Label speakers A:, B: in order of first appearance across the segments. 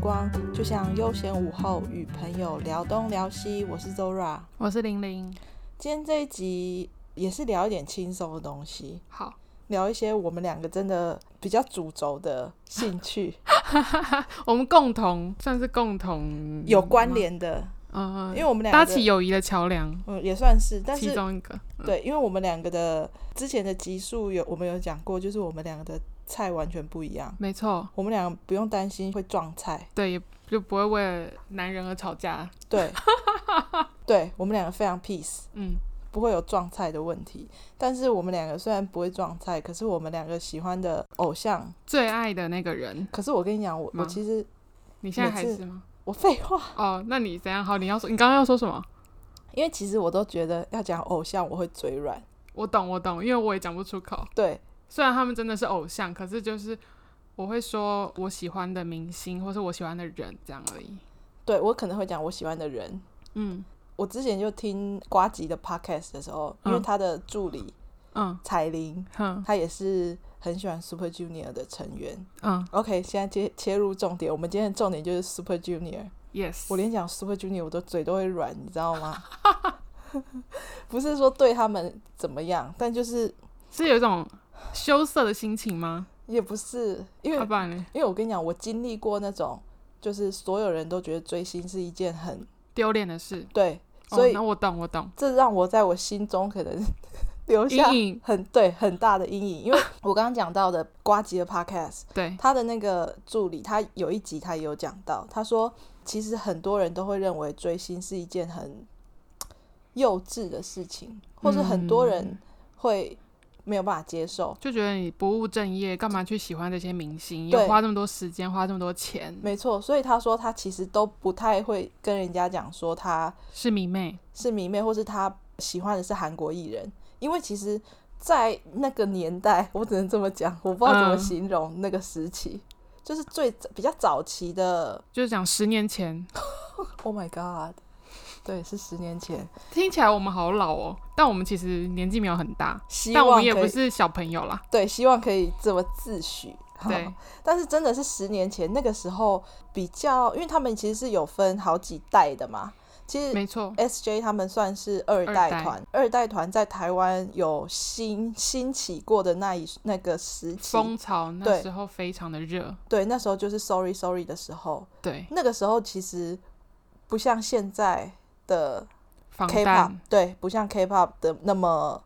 A: 光，就像悠闲午后与朋友聊东聊西。我是 Zora，
B: 我是玲玲。
A: 今天这一集也是聊一点轻松的东西，
B: 好，
A: 聊一些我们两个真的比较主轴的兴趣
B: 我们共同算是共同
A: 有关，联的，
B: 嗯、
A: 因为我们两
B: 搭
A: 个
B: 起友谊的桥梁，
A: 嗯也算是，但
B: 其
A: 是
B: 中一个。嗯
A: 对，因为我们两个的之前的集数有我们有讲过，就是我们两个的菜完全不一样，
B: 没错，
A: 我们两个不用担心会撞菜。
B: 对，也就不会为了男人而吵架。
A: 对，对我们两个非常 peace，
B: 嗯，
A: 不会有撞菜的问题。但是我们两个虽然不会撞菜，可是我们两个喜欢的偶像，
B: 最爱的那个人，
A: 可是我跟你讲，我我
B: 吗
A: 其实
B: 你现在
A: 每
B: 还
A: 次
B: 是吗？
A: 我废话，
B: 哦，那你怎样？好，你要说，你刚刚要说什么？
A: 因为其实我都觉得要讲偶像我会嘴软，
B: 我懂，我懂，因为我也讲不出口。
A: 对
B: 虽然他们真的是偶像，可是就是我会说我喜欢的明星，或是我喜欢的人这样而已。
A: 对，我可能会讲我喜欢的人。
B: 嗯
A: 我之前就听瓜吉的 podcast 的时候，因为
B: 嗯
A: 他的助理
B: 嗯
A: 彩玲，
B: 哼
A: 她也是很喜欢 Super Junior 的成员。
B: 嗯
A: OK，现在切切入重点，我们今天的重点就是 Super Junior。
B: ，yes，
A: 我连讲 Super Junior 我都嘴都会软，你知道吗？ 不是说对他们怎么样，但就是
B: 是有一种羞涩的心情吗？
A: 也不是，因 为、
B: 啊要不然呢？
A: 因为我跟你讲，我经历过那种，就是所有人都觉得追星是一件很
B: 丢脸的事。
A: 对，
B: 哦
A: 所以
B: 那我懂，我懂，
A: 这让我在我心中可能 留下
B: 阴影
A: 很对很大的阴影。因为我刚刚讲到的瓜吉的 Podcast，
B: 对，
A: 他的那个助理，他有一集他也有讲到，他说其实很多人都会认为追星是一件很幼稚的事情，或者很多人会没有办法接受。
B: 就觉得你不务正业，干嘛去喜欢这些明星？
A: 对
B: 又花这么多时间，花这么多钱，
A: 没错，所以他说他其实都不太会跟人家讲说他
B: 是迷妹。
A: 是迷妹，或是他喜欢的是韩国艺人，因为其实。在那个年代， 我只能这么讲，我不知道怎么
B: 嗯
A: 形容那个时期，就是最比较早期的。
B: 就是讲十年前，
A: Oh my god！对，是十年前，
B: 听起来我们好老哦，但我们其实年纪没有很大，
A: 希
B: 但我
A: 望可
B: 们
A: 以
B: 也不是小朋友啦。
A: 对，希望可以这么自诩。
B: 对，
A: 但是真的是十年前那个时候比较，因为他们其实是有分好几代的嘛。其实
B: 没错，
A: SJ 他们算是二代团，二代团在台湾有兴兴起过的那一那个时期，
B: 风潮那
A: 对
B: 时候非常的热，
A: 对，那时候就是 Sorry Sorry 的时候，
B: 对，
A: 那个时候其实不像现在的
B: 防
A: K-pop，
B: 弹。
A: 对，不像 K-pop 的那么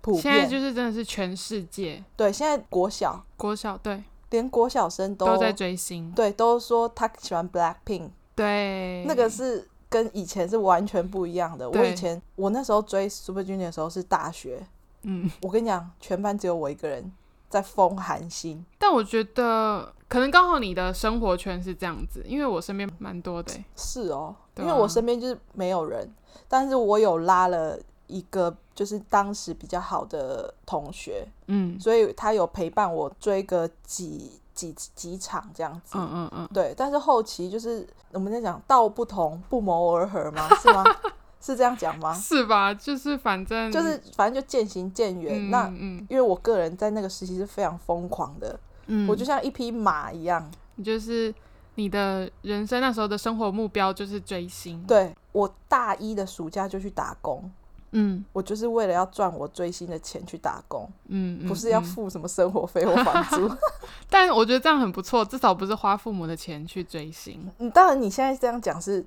A: 普
B: 现在
A: 遍。
B: 就是真的是全世界
A: 对，现在国小
B: 国小对
A: 连国小生都
B: 都在追星，
A: 对，都说他喜欢 Blackpink，
B: 对，
A: 那个是跟以前是完全不一样的。我
B: 嗯对
A: 以前我那时候追 Super Junior 的时候是大学，
B: 嗯，
A: 我跟你讲，全班只有我一个人在疯韩星。
B: 但我觉得可能刚好你的生活圈是这样子，因为我身边蛮多的欸、
A: 是哦，因
B: 对啊
A: 为我身边就是没有人，但是我有拉了一个就是当时比较好的同学，
B: 嗯
A: 所以他有陪伴我追个几几几场这样子。
B: 嗯嗯嗯，
A: 对，但是后期就是我们在讲道不同不谋而合吗？是吗？是这样 讲吗？
B: 是吧？就是反正
A: 啊就是反正就渐行渐远。
B: 嗯
A: 那
B: 嗯
A: 因为我个人在那个时期是非常疯狂的，
B: 嗯，
A: 我就像一匹马一样。
B: 你就是你的人生那时候的生活目标就是追星，，
A: 对我大一的暑假就去打工，
B: 嗯
A: 我就是为了要赚我追星的钱去打工，
B: 嗯，嗯
A: 不是要
B: 嗯
A: 付什么生活费或房租。
B: 但我觉得这样很不错，至少不是花父母的钱去追星，
A: 嗯，当然你现在这样讲是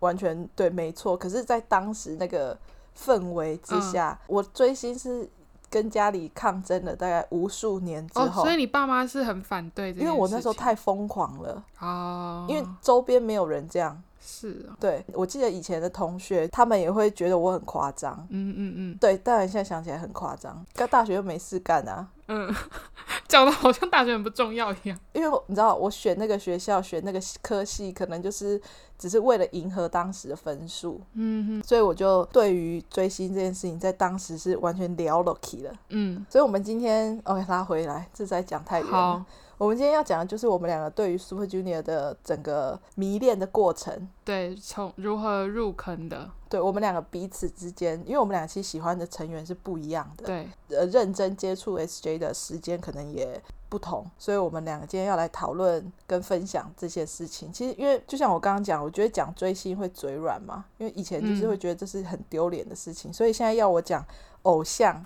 A: 完全对，没错。可是，在当时那个氛围之
B: 嗯
A: 下，我追星是跟家里抗争了大概无数年之
B: 哦，
A: 后，
B: 所以你爸妈是很反对这件事
A: 因
B: 情，
A: 为我那时候太疯狂了，
B: 哦，
A: 因为周边没有人这样。
B: 是哦，
A: 对，我记得以前的同学，他们也会觉得我很夸张。
B: 嗯嗯嗯
A: 对，当然现在想起来很夸张。刚大学又没事干啊，
B: 嗯， 讲的好像大学很不重要一样，
A: 因为我你知道，我选那个学校、选那个科系，可能就是只是为了迎合当时的分数，
B: 嗯
A: 所以我就对于追星这件事情，在当时是完全聊了起了。
B: 嗯
A: 所以，我们今天 OK 拉回来，这在讲太
B: 嗯，
A: 远
B: 好
A: 了。。我们今天要讲的就是我们两个对于 Super Junior 的整个迷恋的过程。
B: 对，从如何入坑的，
A: 对我们两个彼此之间，因为我们俩其实喜欢的成员是不一样的，
B: 对，
A: 呃，认真接触 SJ 的时间可能也不同，所以我们两个今天要来讨论跟分享这些事情。其实，因为就像我刚刚讲，我觉得讲追星会嘴软嘛，因为以前就是
B: 嗯
A: 会觉得这是很丢脸的事情，所以现在要我讲偶像，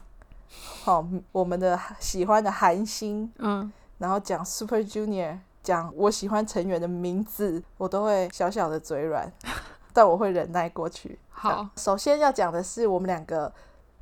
A: 好、我们的喜欢的韩星，
B: 嗯，
A: 然后讲 Super Junior，讲我喜欢成员的名字，我都会小小的嘴软， 但我会忍耐过去。
B: 好，
A: 首先要讲的是我们两个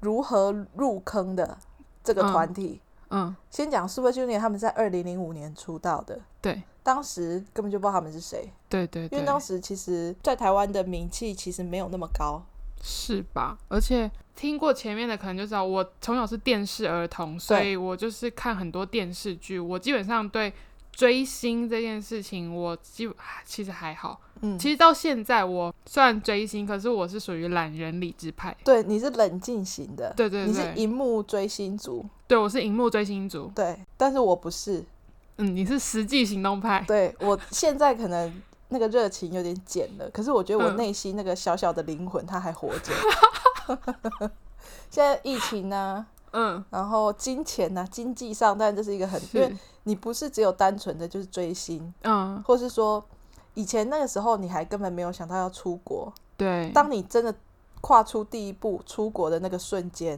A: 如何入坑的这个团体。
B: 嗯，
A: 先讲 Super Junior，他们在二零零五年出道的，
B: 对，
A: 当时根本就不知道他们是谁，
B: 对对
A: 因为
B: 对，
A: 当时其实，在台湾的名气其实没有那么高。
B: 是吧？而且听过前面的可能就知道，我从小是电视儿童，所以我就是看很多电视剧，我基本上对追星这件事情，我基本其实还好。
A: 嗯，
B: 其实到现在，我虽然追星，可是我是属于懒人理智派。
A: 对，你是冷静型的，
B: 对对
A: 你是
B: 对，
A: 荧幕追星族，
B: 对我是荧幕追星族，
A: 对，但是我不是，
B: 嗯，你是实际行动派，
A: 对我现在可能那个热情有点减了，可是我觉得我
B: 嗯
A: 内心那个小小的灵魂它还活着。 现在疫情啊呢、
B: 嗯，
A: 然后金钱呐、经济上，但这是一个很，因为
B: 是，
A: 你不是只有单纯的就是追星，
B: 嗯，
A: 或是说以前那个时候你还根本没有想到要出国，
B: 对，
A: 当你真的跨出第一步出国的那个瞬间，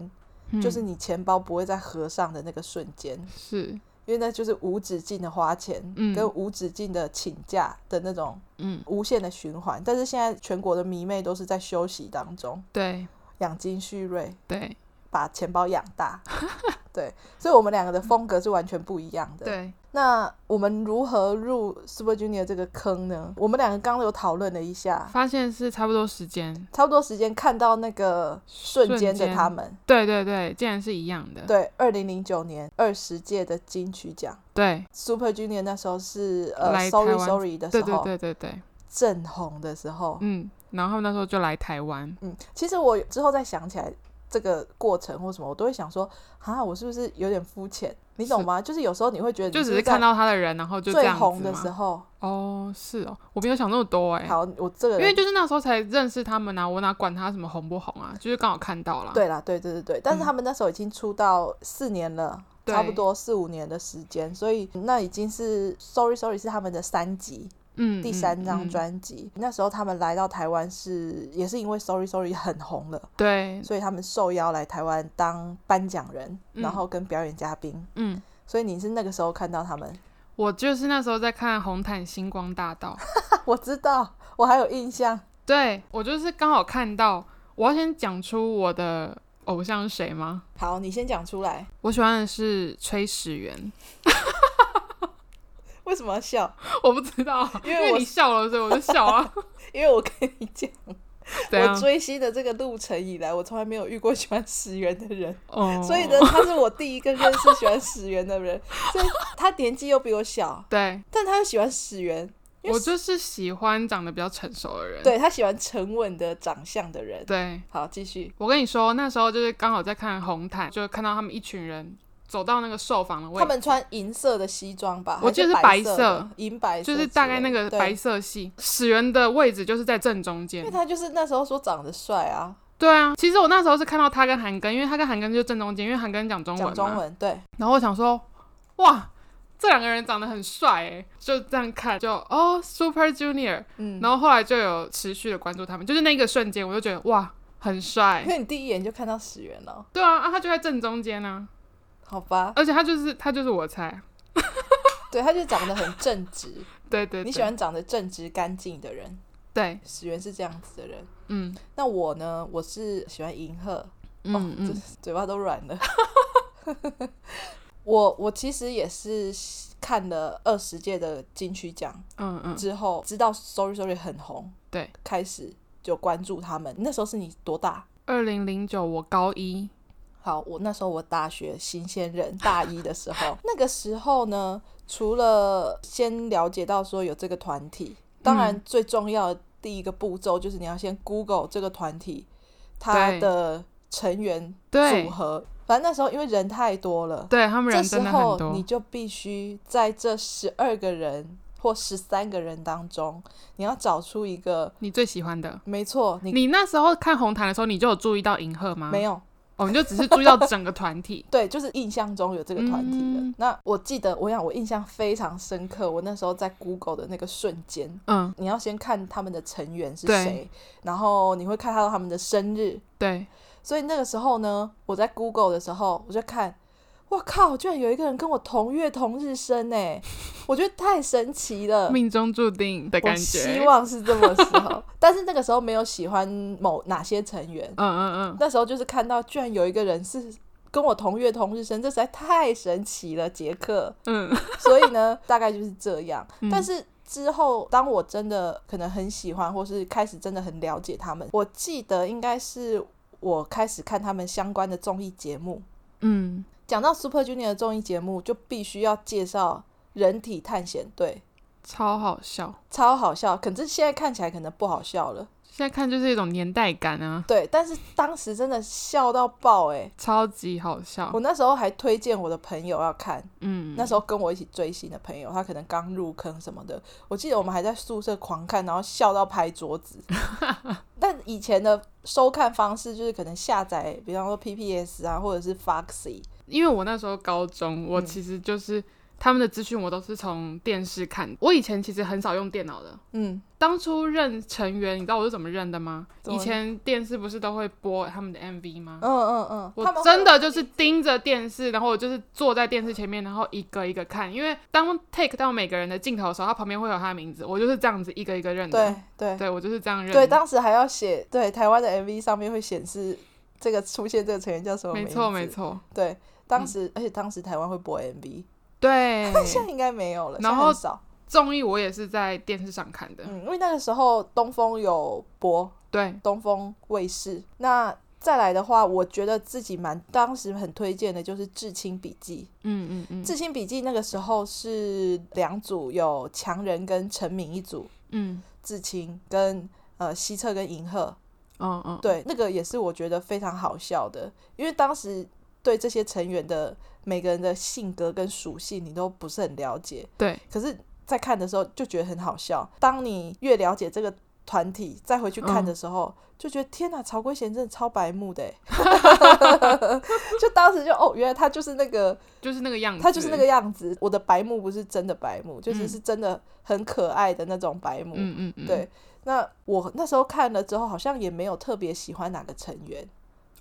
B: 嗯
A: 就是你钱包不会再合上的那个瞬间，
B: 是，
A: 因为那就是无止境的花钱，
B: 嗯
A: 跟无止境的请假的那种
B: 嗯，
A: 无限的循环。但是现在全国的迷妹都是在休息当中，
B: 对
A: 养精蓄锐，
B: 对
A: 把钱包养大。对，所以我们两个的风格是完全不一样的。
B: 对，
A: 那我们如何入 Super Junior 这个坑呢？我们两个刚刚有讨论了一下，
B: 发现是差不多时间，
A: 差不多时间看到那个瞬间
B: 瞬
A: 的
B: 间
A: 他们，
B: 对对对，竟然是一样的，
A: 对，二零零九年二十届的金曲奖
B: 对
A: Super Junior 那时候是呃
B: 来
A: Sorry
B: 台湾
A: Sorry 的时
B: 对
A: 候，哦
B: 对对对对，
A: 正红的时候，
B: 嗯，然后他们那时候就来台湾，
A: 嗯，其实我之后再想起来这个过程或什么，我都会想说，啊，我是不是有点肤浅？你懂吗？就是有时候你会觉得，
B: 就只是看到他的人，然后就这
A: 最
B: 样
A: 红
B: 子
A: 的时
B: 嘛。
A: 候，
B: 哦，是哦，我没有想那么多哎、
A: 好，我这个
B: 因为
A: 人。
B: 就是那时候才认识他们啊，我哪管他什么红不红啊，就是刚好看到了。，
A: 对啦，对对对对，但是他们那时候已经出道四年了，
B: 嗯对
A: 差不多四五年的时间，所以那已经是《Sorry Sorry》是他们的三辑，
B: 嗯，
A: 第三张
B: 嗯嗯
A: 专辑。那时候他们来到台湾是也是因为《Sorry Sorry》很红了，
B: 对，
A: 所以他们受邀来台湾当颁奖人，
B: 嗯
A: 然后跟表演嘉宾。
B: 嗯，
A: 所以你是那个时候看到他们，
B: 我就是那时候在看红毯星光大道，
A: 我知道，我还有印象。
B: 对我就是刚好看到。我要先讲出我的偶像是谁吗？
A: 好，你先讲出来，
B: 我喜欢的是崔始源，
A: 为什么要笑？
B: 我不知道，
A: 因
B: 因
A: 为我
B: 你笑了，所以我就笑啊。
A: 因 为我跟你讲，
B: 怎样
A: 我？追星的这个路程以来，我从来没有遇过喜欢始源的人，
B: 哦，
A: 所以呢，他是我第一个认识喜欢始源的 人，所以他年纪又比我小，
B: 对，
A: 但他又喜欢始源，因为
B: 我就是喜欢长得比较成熟的人。
A: 对他喜欢沉稳的长相的人。
B: 对，
A: 好，继续。
B: 我跟你说，那时候就是刚好在看红毯，就看到他们一群人走到那个受访的位
A: 他
B: 置，
A: 们穿银色的西装吧，
B: 我记
A: 还
B: 得是
A: 是
B: 白
A: 色
B: 色
A: 的，银白色之类
B: 就
A: 的，
B: 是大概那个
A: 对
B: 白色系。始源的位置就是在正中
A: 因
B: 间
A: 为。他就是那时候说长得帅啊，
B: 对啊，其实我那时候是看到他跟韩庚，因为他跟韩庚就正中间，因为韩庚讲中文嘛。啊
A: 讲中文，对，
B: 然后我想说，哇，这两个人长得很帅诶，就这样看就哦，Super Junior。
A: 嗯，
B: 然后后来就有持续的关注他们，就是那个瞬间我就觉得哇，很帅
A: 因。为你第一眼就看到始源了，
B: 对啊，啊他就在正中间啊，
A: 好吧？
B: 而且他就是他就是我猜，
A: 对，他就长得很正直，
B: 对 对对，
A: 你喜欢长得正直干净的人，
B: 对，
A: 始源是这样子的人。
B: 嗯
A: 那我呢？我是喜欢银赫，
B: 嗯
A: 哦
B: 嗯，，
A: 嘴巴都软了。 我我其实也是看了二十届的金曲奖
B: 嗯嗯，
A: 之后，知道 Sorry Sorry 很红，
B: 对，
A: 开始就关注他们。那时候是你多大？
B: 二零零九我高一，
A: 好，我那时候我大学新鲜人，大一的时候， 那个时候呢，除了先了解到说有这个团体，当然
B: 嗯
A: 最重要的第一个步骤就是你要先 Google 这个团体它
B: 对
A: 的成员
B: 对
A: 组合。反正那时候因为人太多了，
B: 对他们
A: 这
B: 人
A: 时
B: 真的很
A: 候你
B: 多，
A: 就必须在这十二个人或十三个人当中，你要找出一个，
B: 你最喜欢的。
A: 没错，你
B: 你那时候看红毯的时候，你就有注意到银赫吗？
A: 没
B: 有，
A: 有。。
B: 哦，你就只是注意到整个团体
A: 对，就是印象中有这个团体的。
B: 嗯
A: 那我记得，我想我印象非常深刻，我那时候在 Google 的那个瞬间，
B: 嗯，
A: 你要先看他们的成员是
B: 对
A: 谁，然后你会看到他们的生日。
B: 对，
A: 所以那个时候呢，我在 Google 的时候，我就看，我靠，居然有一个人跟我同月同日生 哎，我觉得太神奇了。
B: 命中注定的
A: 呃我
B: 感觉。
A: 希望是这么时候，但是那个时候没有喜欢某哪些成员，
B: 嗯嗯嗯，
A: 那时候就是看到居然有一个人是跟我同月同日生， 这实在太神奇了，杰克。
B: 嗯，
A: 所以呢， 大概就是这样。
B: 嗯
A: 但是之后，当我真的可能很喜欢，或是开始真的很了解他们，我记得应该是我开始看他们相关的综艺节目。
B: 嗯，
A: 讲到 Super Junior 的综艺节目，就必须要介绍《人体探险队
B: 超好笑。》，
A: 超好笑。可是现在看起来可能不好笑了，
B: 现在看就是一种年代感啊，
A: 对。但是当时真的笑到爆哎、
B: 超级好笑
A: 我。那时候还推荐我的朋友要看，
B: 嗯，
A: 那时候跟我一起追星的朋友，他可能刚入坑什么的，我记得我们还在宿舍狂看，然后笑到拍桌 子。但以前的收看方式就是可能下载，比方说 PPS 啊，或者是 Foxy，
B: 因为我那时候高中，
A: 嗯
B: 我其实就是、他们的资讯我都是从电视看。我以前其实很少用电脑的。
A: 嗯，
B: 当初认成员，你知道我是怎么认的吗？
A: 怎么认
B: 以前电视不是都会播他们的 MV 吗？
A: 嗯嗯嗯，他
B: 我
A: 们
B: 真
A: 会
B: 的就是盯着电视，然后我就是坐在电视前面，然后一个一个看。因为当 take 到每个人的镜头的时候，他旁边会有他的名字，我就是这样子一个一个认的。
A: 对对
B: 对，我就是这样认的。
A: 对，当时还要写，对台湾的 MV 上面会显示这个出现这个成员叫什么
B: 没
A: 名字，
B: 错没，错，
A: 对，当时、而且当时台湾会播 MV，
B: 对。
A: 现在应该没有了，现
B: 然
A: 在很
B: 后
A: 少，
B: 综艺我也是在电视上看的，
A: 嗯，因为那个时候东风有播，
B: 对，
A: 东风卫视。那再来的话，我觉得自己蛮当时很推荐的就是《至亲笔记》。
B: 嗯嗯
A: 《
B: 嗯
A: 至亲笔记》那个时候是两组，有强人跟陈敏一组，
B: 嗯，
A: 至亲跟呃西澈跟银赫。
B: 哦哦，
A: 对，那个也是我觉得非常好笑的，因为当时对这些成员的每个人的性格跟属性你都不是很了解，
B: 对，
A: 可是，在看的时候就觉得很好笑。当你越了解这个团体，再回去看
B: 嗯
A: 的时候，就觉得天哪，曹圭贤真的超白目的欸，欸 就当时就哦，原来他就是那个，
B: 嗯就是那个样子，
A: 他就是那个，样子。我的白目不是真的白目，就
B: 嗯
A: 是是真的很可爱的那种白目。
B: 嗯嗯嗯，
A: 对，那我那时候看了之后，好像也没有特别喜欢哪个成员。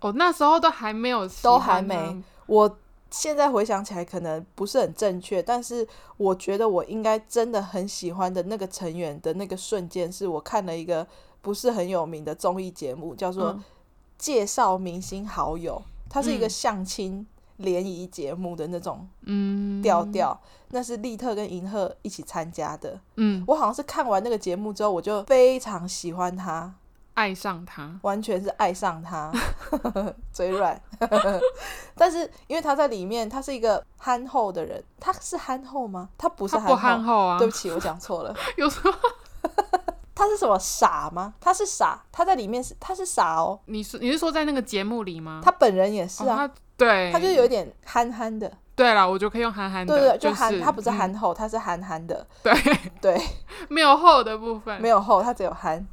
B: 哦，那时候都还没有喜欢
A: 都
B: 啊，
A: 还没我现在回想起来，可能不是很正确，但是我觉得我应该真的很喜欢的那个成员的那个瞬间，是我看了一个不是很有名的综艺节目，叫做《
B: 嗯
A: 介绍明星好友》，它是一个
B: 嗯
A: 相亲联谊节目的那种
B: 嗯
A: 调，调，那是利特跟银赫一起参加的。
B: 嗯，
A: 我好像是看完那个节目之后，我就非常喜欢他，
B: 爱上他，
A: 完全是爱上他， 嘴软。 但是因为他在里面，他是一个憨厚的人，他是憨厚吗？他不是
B: 他
A: 憨
B: 不
A: 厚，
B: 憨厚啊
A: 对，不起，我讲错了。
B: 有时候
A: 他是什么傻吗？他是傻，他在里面是他是傻哦，
B: 你是你是说在那个节目里吗？
A: 他本人也是
B: 哦
A: 啊，
B: 他对，
A: 他就是有一点憨憨的，
B: 对了，我就可以用憨憨
A: 对对对，
B: 的，
A: 就憨，
B: 是
A: 他不是
B: 嗯
A: 憨厚，他是憨憨的，
B: 对，
A: 对，
B: 没有厚的部分，
A: 没有厚，他只有憨。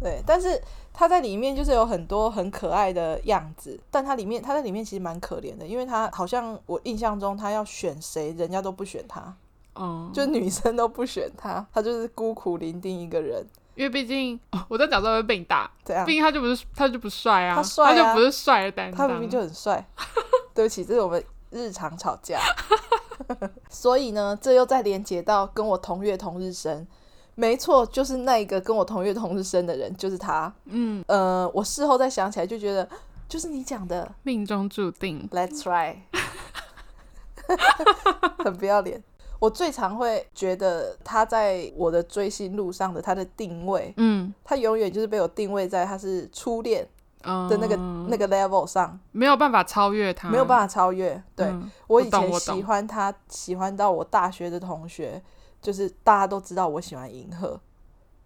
A: 对，但是他在里面就是有很多很可爱的样子，但他里面他在里面其实蛮可怜的，因为他好像我印象中他要选谁，人家都不选他，
B: 嗯，
A: 就女生都不选他，他就是孤苦伶仃一个人
B: 因为毕竟哦我在讲这会被你打，
A: 这样
B: 毕。竟他就不是他就不帅啊，
A: 啊他帅啊
B: 就不是帅的担
A: 他
B: 当，
A: 明明就很帅， 对不起，这是我们日常吵架。 所以呢，这又再连接到跟我同月同日生，没错，就是那一个跟我同月同日生的人，就是他。
B: 嗯，
A: 呃，我事后再想起来就觉得，就是你讲的，
B: 命中注定，
A: Let's try，很不要脸。我最常会觉得他在我的追星路上的他的定位，
B: 嗯
A: 他永远就是被我定位在他是初恋
B: 嗯
A: 的那个、那个 level 上，
B: 没有办法超越他，
A: 没有办
B: 法。
A: 法超越。对、
B: 嗯
A: 我
B: 我
A: 以
B: 懂
A: 前
B: 我
A: 喜
B: 懂
A: 欢他，喜欢到我大学的同学，就是大家都知道我喜欢银赫，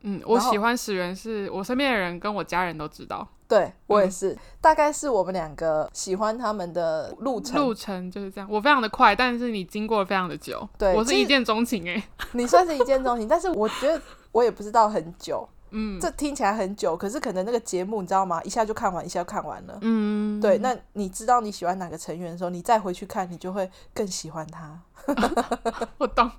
B: 嗯，我
A: 然后
B: 喜欢始源是我身边的人跟我家人都知道，
A: 对我也
B: 嗯
A: 是，大概是我们两个喜欢他们的路程。
B: 路程就是这样。我非常的快，但是你经过得非常的久，
A: 对
B: 我是
A: 其实
B: 一见钟情哎、
A: 你算是一见钟情，但是我觉得我也不知道很久，
B: 嗯
A: 这听起来很久，可是可能那个节目你知道吗？一下就看完，一下就看完了。
B: 嗯，
A: 对，那你知道你喜欢哪个成员的时候，你再回去看，你就会更喜欢他。
B: 我懂。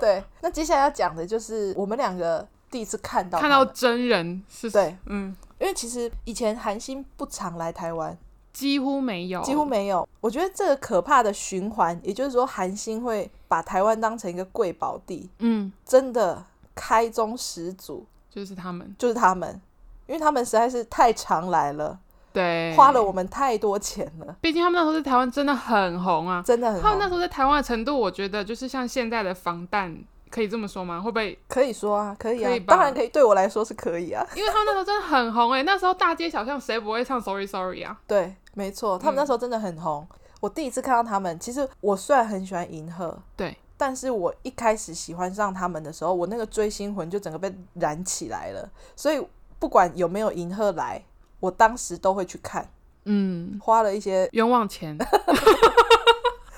A: 对，那接下来要讲的就是我们两个第一次看到
B: 看
A: 他
B: 到
A: 们
B: 真人是，
A: 对，
B: 嗯，
A: 因为其实以前韩星不常来台湾，
B: 几乎没有，
A: 几乎没有。我觉得这个可怕的循环，也就是说韩星会把台湾当成一个贵宝地，
B: 嗯，
A: 真的开宗始祖
B: 就是他们
A: 就是他们，因为他们实在是太常来了，
B: 对
A: 花了我，们太多钱了，
B: 毕竟他们那时候在台湾真的很红啊。
A: 真的很
B: 他们那
A: 好。
B: 时候在台湾的程度，我觉得就是像现在的防弹，可以这么说吗？会不会？
A: 可以说啊，可以啊，
B: 可以吧
A: 当然可以，对我来说是可以啊。
B: 因为他们那时候真的很红哎、那时候大街小巷谁不会唱 Sorry Sorry 啊？
A: 对，没错，他们
B: 嗯
A: 那时候真的很红。我第一次看到他们，其实我虽然很喜欢银赫，
B: 对，
A: 但是我一开始喜欢上他们的时候，我那个追星魂就整个被燃起来了。所以不管有没有银赫来，我当时都会去看，
B: 嗯，
A: 花了一些，
B: 冤枉钱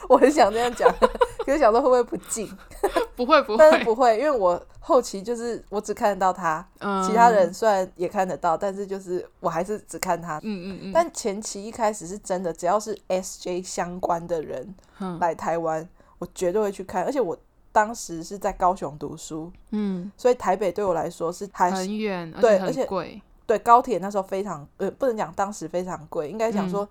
A: 我很想这样 讲，可是想说会不会不敬，
B: 不会不
A: 但是
B: 会，
A: 不会，因为我后期就是我只看得到他，
B: 嗯，
A: 其他人虽然也看得到，但是就是我还是只看他。
B: 嗯，嗯嗯嗯，
A: 但前期一开始是真的，只要是 SJ 相关的人，
B: 嗯
A: 来台湾，我绝对会去看。而且我当时是在高雄读书，
B: 嗯
A: 所以台北对我来说是还是
B: 很远，而
A: 对
B: 且
A: 而且
B: 很贵，
A: 对高铁那时候非常呃，不能讲当时非常贵，应该讲说、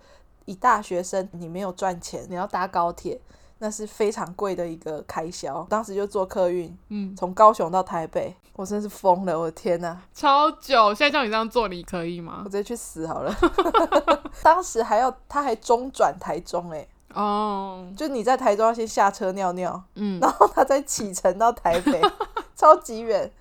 A: 以大学生你没有赚钱，嗯你要搭高铁。那是非常贵的一个开销，当时就坐客运
B: 嗯，
A: 从高雄到台北，我真是疯了，我的天呐，
B: 超久。现在叫你这样做，你可以
A: 我
B: 吗
A: 直？接去死好了！ 当时还要他还中转台中、欸，
B: 哦，
A: 就你在台中要先下车尿尿，
B: 嗯
A: 然后他再启程到台北，超级远。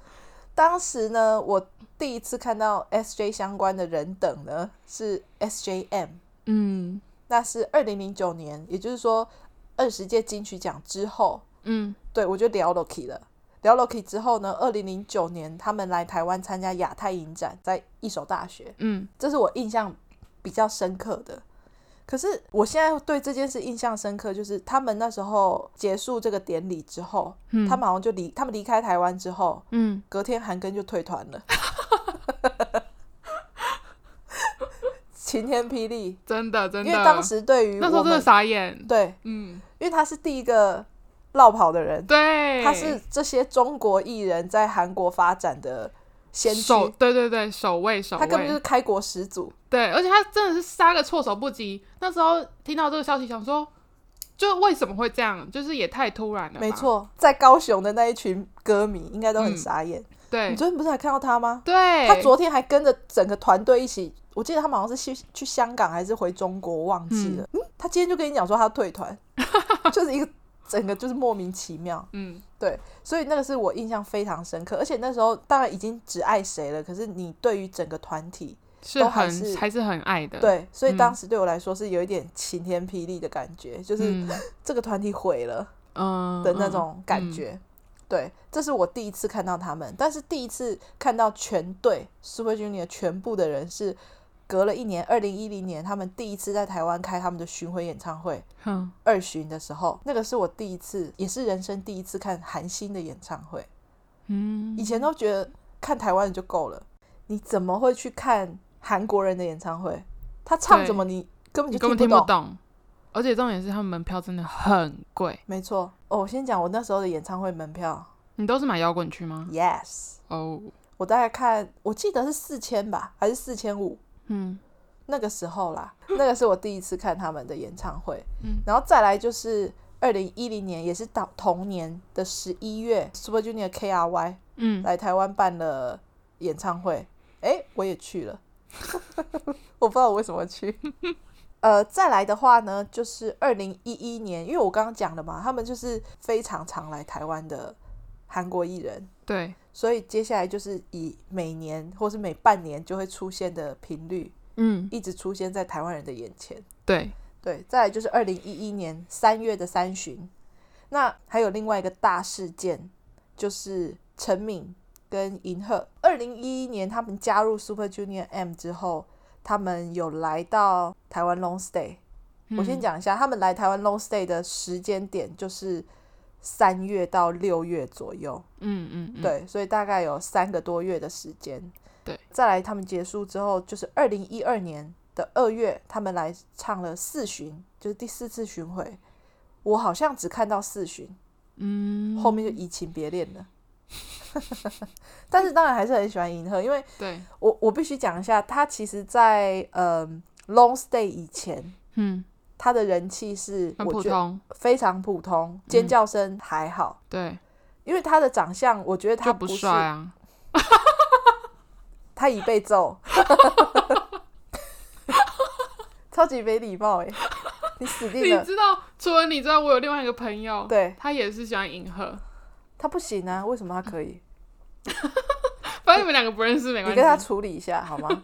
A: 当时呢，我第一次看到 SJ 相关的人等呢是 SJM，
B: 嗯
A: 那是二零零九年，也就是说二十届金曲奖之后，
B: 嗯
A: 对我就聊 Loki 了。聊 Loki 之后呢，二零零九年他们来台湾参加亚太影展，在一所大学，
B: 嗯，
A: 这是我印象比较深刻的。可是我现在对这件事印象深刻，就是他们那时候结束这个典礼之后，
B: 嗯
A: 他们好像就离他们离开台湾之后，
B: 嗯，
A: 隔天韩庚就退团了。 晴天霹雳，
B: 真的真
A: 因
B: 的，
A: 为当时对于
B: 那时候
A: 我
B: 真的
A: 们
B: 傻眼，
A: 对，
B: 嗯，
A: 因为他是第一个落跑的人，
B: 对，
A: 他是这些中国艺人在韩国发展的先驱，
B: 首，对对对，首位首
A: 他根本就是
B: 位，
A: 开国始祖。
B: 对，而且他真的是杀个措手不及。那时候听到这个消息，想说，就为什么会这样？就是也太突然了，
A: 没，错，在高雄的那一群歌迷应该都很
B: 嗯
A: 傻眼。你
B: 对
A: 昨天不是还看到他吗？
B: 对，
A: 他昨天还跟着整个团队一起，我记得他们好像是去去香港还是回中国，我忘记了。嗯他今天就跟你讲说他退 团，就是一个整个就是莫名其妙。
B: 嗯
A: 所以那个是我印象非常深刻，而且那时候当然已经只爱谁了，可是你对于整个团体，
B: 是
A: 都还
B: 很
A: 是
B: 还是很爱的，，
A: 对，所以
B: 嗯
A: 当时对我来说是有一点晴天霹雳的感觉，就是
B: 嗯
A: 这个团体毁了。
B: 嗯
A: 的那，种感觉。对，这是我第一次看到他们，但是第一次看到全队 Super Junior 全部的人是隔了一年，二零一零年他们第一次在台湾开他们的巡回演唱会
B: 哼，
A: 二巡的时候，那个是我第一次，也是人生第一次看韩星的演唱会。
B: 嗯
A: 以前都觉得看台湾的就够了，你怎么会去看韩国人的演唱会？他唱
B: 对
A: 什么你根本
B: 你
A: 就
B: 根本
A: 不
B: 听不懂，而且重点是他们门票真的很贵。
A: 没错，哦，我先讲我那时候的演唱会门票
B: 你都是买摇滚区吗？
A: ，Yes。
B: 哦，
A: 我大概看，我记得是四千吧，还是四千五？
B: 嗯
A: 那个时候啦，那个是我第一次看他们的演唱会。
B: 嗯
A: 然后再来就是二零一零年，也是到同年的十一月，Super Junior KRY
B: 嗯，
A: 来台湾办了演唱会，诶，我也去了， 我不知道我为什么去。 呃，再来的话呢，就是二零一一年，因为我刚刚讲了嘛，他们就是非常常来台湾的韩国艺人，
B: 对，
A: 所以接下来就是以每年或是每半年就会出现的频率，
B: 嗯
A: 一直出现在台湾人的眼前。
B: 对，
A: 对，再来就是二零一一年三月的三旬，那还有另外一个大事件，就是陈敏跟银赫。二零一一年他们加入 Super Junior M 之后，他们有来到台湾 long stay。我
B: 嗯
A: 先讲一下，他们来台湾 long stay 的时间点就是三月到六月左右，
B: 嗯嗯，嗯，
A: 对，所以大概有三个多月的时间。
B: 对，
A: 再来他们结束之后，就是二零一二年的二月，他们来唱了四巡，就是第四次巡回。我好像只看到四巡，
B: 嗯，
A: 后面就移情别恋了。 但是当然还是很喜欢银赫，因为
B: 对，
A: 我我必须讲一下，他其实在呃 long stay 以前，
B: 嗯，
A: 他的人气是
B: 很
A: 我
B: 普
A: 觉得
B: 通，嗯
A: 非常普通，尖叫声还好，
B: 对，
A: 因为他的长相，我觉得他
B: 就不
A: 是
B: 帅啊，
A: 他已被揍， 超级没礼貌哎、你死定
B: 你
A: 了！
B: 知道，除了你之外，我有另外一个朋友，
A: 对
B: 他也是喜欢银河，
A: 他不行啊，为什么他可以？
B: 反正你们两个不认识没
A: 你跟他
B: 关系。
A: 处理一下好吗？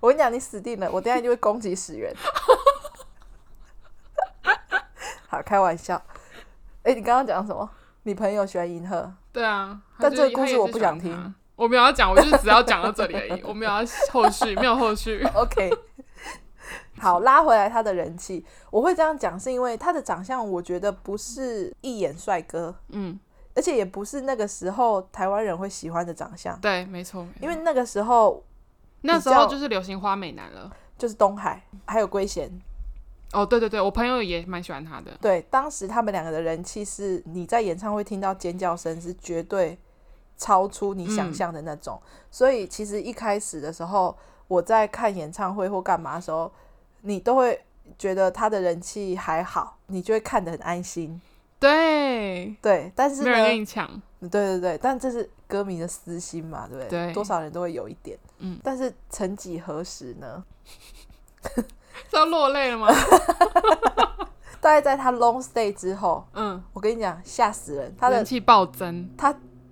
A: 我跟你讲，你死定了！我等一下就会攻击死人。 好，开玩笑。哎、你刚刚讲什么？你朋友喜欢银赫？
B: 对啊，
A: 但
B: 他
A: 这
B: 就
A: 个故事
B: 他也是
A: 我不想
B: 喜欢他
A: 听。
B: 我没有要讲，我就是只要讲到这里而已，我没有要后续，没有后续。
A: OK，好，拉回来他的人气，我会这样讲是因为他的长相，我觉得不是一眼帅哥，
B: 嗯，
A: 而且也不是那个时候台湾人会喜欢的长相，
B: 对，没错，没错
A: 因为那个时候
B: 那
A: 比
B: 时候
A: 较
B: 就是流行花美男了。
A: 就是东海还有龟贤，
B: 哦，对对对，我朋友也蛮喜欢他的。
A: 对，当时他们两个的人气是你在演唱会听到尖叫声是绝对超出你
B: 嗯
A: 想象的那种，所以其实一开始的时候我在看演唱会或干嘛的时候，你都会觉得他的人气还好，你就会看得很安心。
B: 对，
A: 对，但是
B: 没有人跟
A: 呢，
B: 你抢。
A: 嗯对对对，但这是歌迷的私心嘛，对不对？
B: 对
A: 多少人都会有一点。
B: 嗯，
A: 但是曾几何时呢？
B: 是要落泪了 吗？
A: 大概在他 long stay 之后，
B: 嗯，
A: 我跟你讲，吓死人，他的
B: 人气暴增。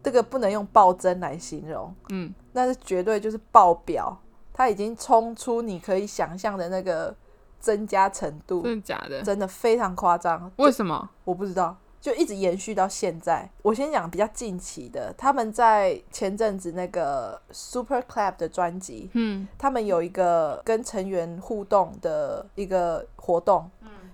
A: 这个不能用暴增来形容。
B: 嗯，
A: 那是绝对就是爆表，它已经冲出你可以想象的那个增加程度，
B: 真的假的？
A: 嗯真的非常夸张。
B: 为什么？
A: 我不知道，就一直延续到现在。我先讲比较近期的，他们在前阵子那个 Super Club 的专辑，
B: 嗯
A: 他们有一个跟成员互动的一个活动，